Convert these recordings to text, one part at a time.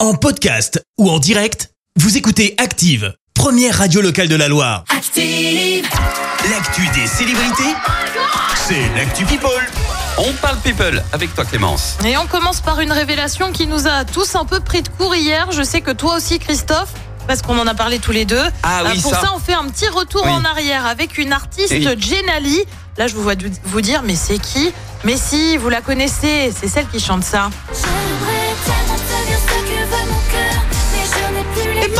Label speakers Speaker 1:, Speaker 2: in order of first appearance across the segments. Speaker 1: En podcast ou en direct, vous écoutez Active, première radio locale de la Loire.
Speaker 2: Active,
Speaker 1: L'actu des célébrités, c'est l'actu People.
Speaker 3: On parle people avec toi Clémence.
Speaker 4: Et on commence par une révélation qui nous a tous un peu pris de court hier. Je sais que toi aussi, Christophe, parce qu'on en a parlé tous les deux.
Speaker 3: Ah oui,
Speaker 4: Euh, pour
Speaker 3: ça.
Speaker 4: ça. on fait un petit retour
Speaker 3: Oui.
Speaker 4: en arrière avec une artiste,
Speaker 3: Oui.
Speaker 4: Jenali. Là, je vous vois vous dire, mais c'est qui Mais si, vous la connaissez, c'est celle qui chante ça.
Speaker 2: j'aimerais tellement savoir ce que veut mon cœur, mais je n'ai plus les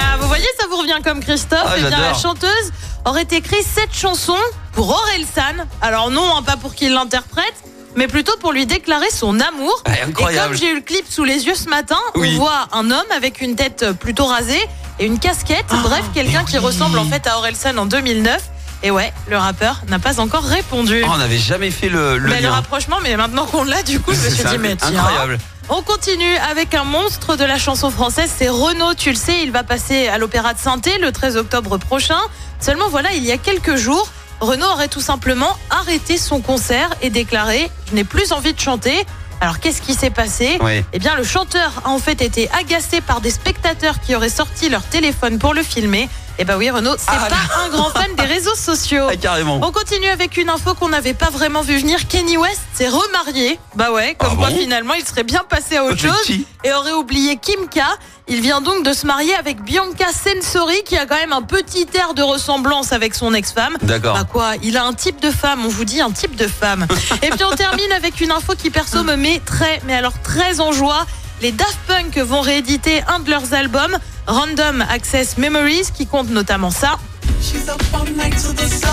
Speaker 4: Ah, vous voyez, ça vous revient comme Christophe.
Speaker 3: Ah,
Speaker 4: Eh bien, la
Speaker 3: j'adore.
Speaker 4: chanteuse aurait écrit cette chanson pour Aurel San. Alors non, hein, pas pour qu'il l'interprète, mais plutôt pour lui déclarer son amour.
Speaker 3: Ah, incroyable.
Speaker 4: Et comme j'ai eu le clip sous les yeux ce matin,
Speaker 3: Oui.
Speaker 4: on voit un homme avec une tête euh, plutôt rasée et une casquette.
Speaker 3: Ah,
Speaker 4: Bref, quelqu'un qui ressemble en fait à Aurel San en 2009. Et ouais, le rappeur n'a pas encore répondu.
Speaker 3: Oh, on n'avait jamais fait le, le
Speaker 4: Mais le
Speaker 3: lien.
Speaker 4: rapprochement, mais maintenant qu'on l'a, du coup, je me suis
Speaker 3: C'est
Speaker 4: dit, mais tiens.
Speaker 3: incroyable.
Speaker 4: On continue avec un monstre de la chanson française, c'est Renaud, tu le sais, il va passer à l'Opéra de Saint-Thé le 13 octobre prochain. Seulement voilà, il y a quelques jours, Renaud aurait tout simplement arrêté son concert et déclaré « Je n'ai plus envie de chanter ». Alors qu'est-ce qui s'est passé
Speaker 3: Oui.
Speaker 4: Eh bien le chanteur a en fait été agacé par des spectateurs qui auraient sorti leur téléphone pour le filmer. Eh ben oui Renaud, c'est
Speaker 3: Ah,
Speaker 4: pas un grand fan des réseaux sociaux.
Speaker 3: Ah, carrément.
Speaker 4: On continue avec une info qu'on n'avait pas vraiment vu venir. Kenny West s'est remarié. Bah ouais, comme
Speaker 3: Ah
Speaker 4: quoi
Speaker 3: bon
Speaker 4: finalement il serait bien passé à autre
Speaker 3: Avec
Speaker 4: chose
Speaker 3: qui
Speaker 4: et aurait oublié Kim K. Il vient donc de se marier avec Bianca Sensory qui a quand même un petit air de ressemblance avec son ex-femme.
Speaker 3: D'accord.
Speaker 4: Bah quoi, il a un type de femme, on vous dit un type de femme. Et puis on termine avec une info qui perso me met très, mais alors très en joie. Les Daft Punk vont rééditer un de leurs albums, Random Access Memories, qui compte notamment ça.
Speaker 5: She's up all night to the sun.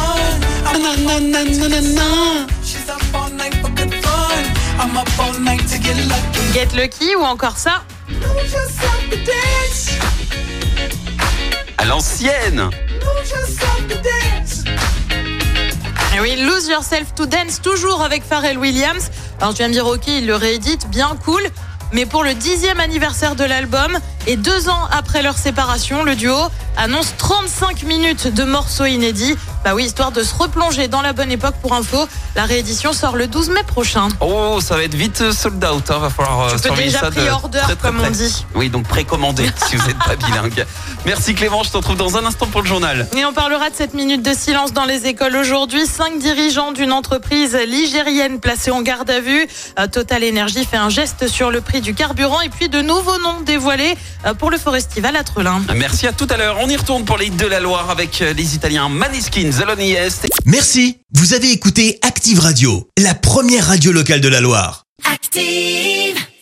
Speaker 5: I'm na na na na na na. She's up all night for good fun. I'm up all night to get lucky.
Speaker 4: Get Lucky ou encore ça.
Speaker 5: Lose yourself to dance.
Speaker 3: À l'ancienne.
Speaker 5: Lose yourself to dance.
Speaker 4: Et Eh oui, Lose Yourself to Dance, toujours avec Pharrell Williams. Alors tu viens me dire, ok, il le réédite, bien cool. Mais pour le dixième anniversaire de l'album et deux ans après leur séparation, le duo annonce 35 minutes de morceaux inédits. Bah oui, histoire de se replonger dans la bonne époque pour info. La réédition sort le 12 mai prochain.
Speaker 3: Oh, ça va être vite euh, sold out. Hein. Va falloir euh,
Speaker 4: Tu peux
Speaker 3: surveiller
Speaker 4: déjà
Speaker 3: ça de
Speaker 4: pre-order,
Speaker 3: très, très
Speaker 4: comme on
Speaker 3: près.
Speaker 4: dit.
Speaker 3: Oui, donc précommandez si vous n'êtes pas bilingue. Merci Clémence, je te retrouve dans un instant pour le journal.
Speaker 4: Et on parlera de cette minute de silence dans les écoles aujourd'hui. Cinq dirigeants d'une entreprise ligérienne placés en garde à vue. Euh, Total Energy fait un geste sur le prix du carburant et puis de nouveaux noms dévoilés euh, pour le Forestival à Trelin.
Speaker 3: Merci à tout à l'heure. On y retourne pour les hits de la Loire avec euh, les Italiens Maniskin, Zaloni Est
Speaker 1: Merci, vous avez écouté Active Radio, la première radio locale de la Loire.
Speaker 2: Active.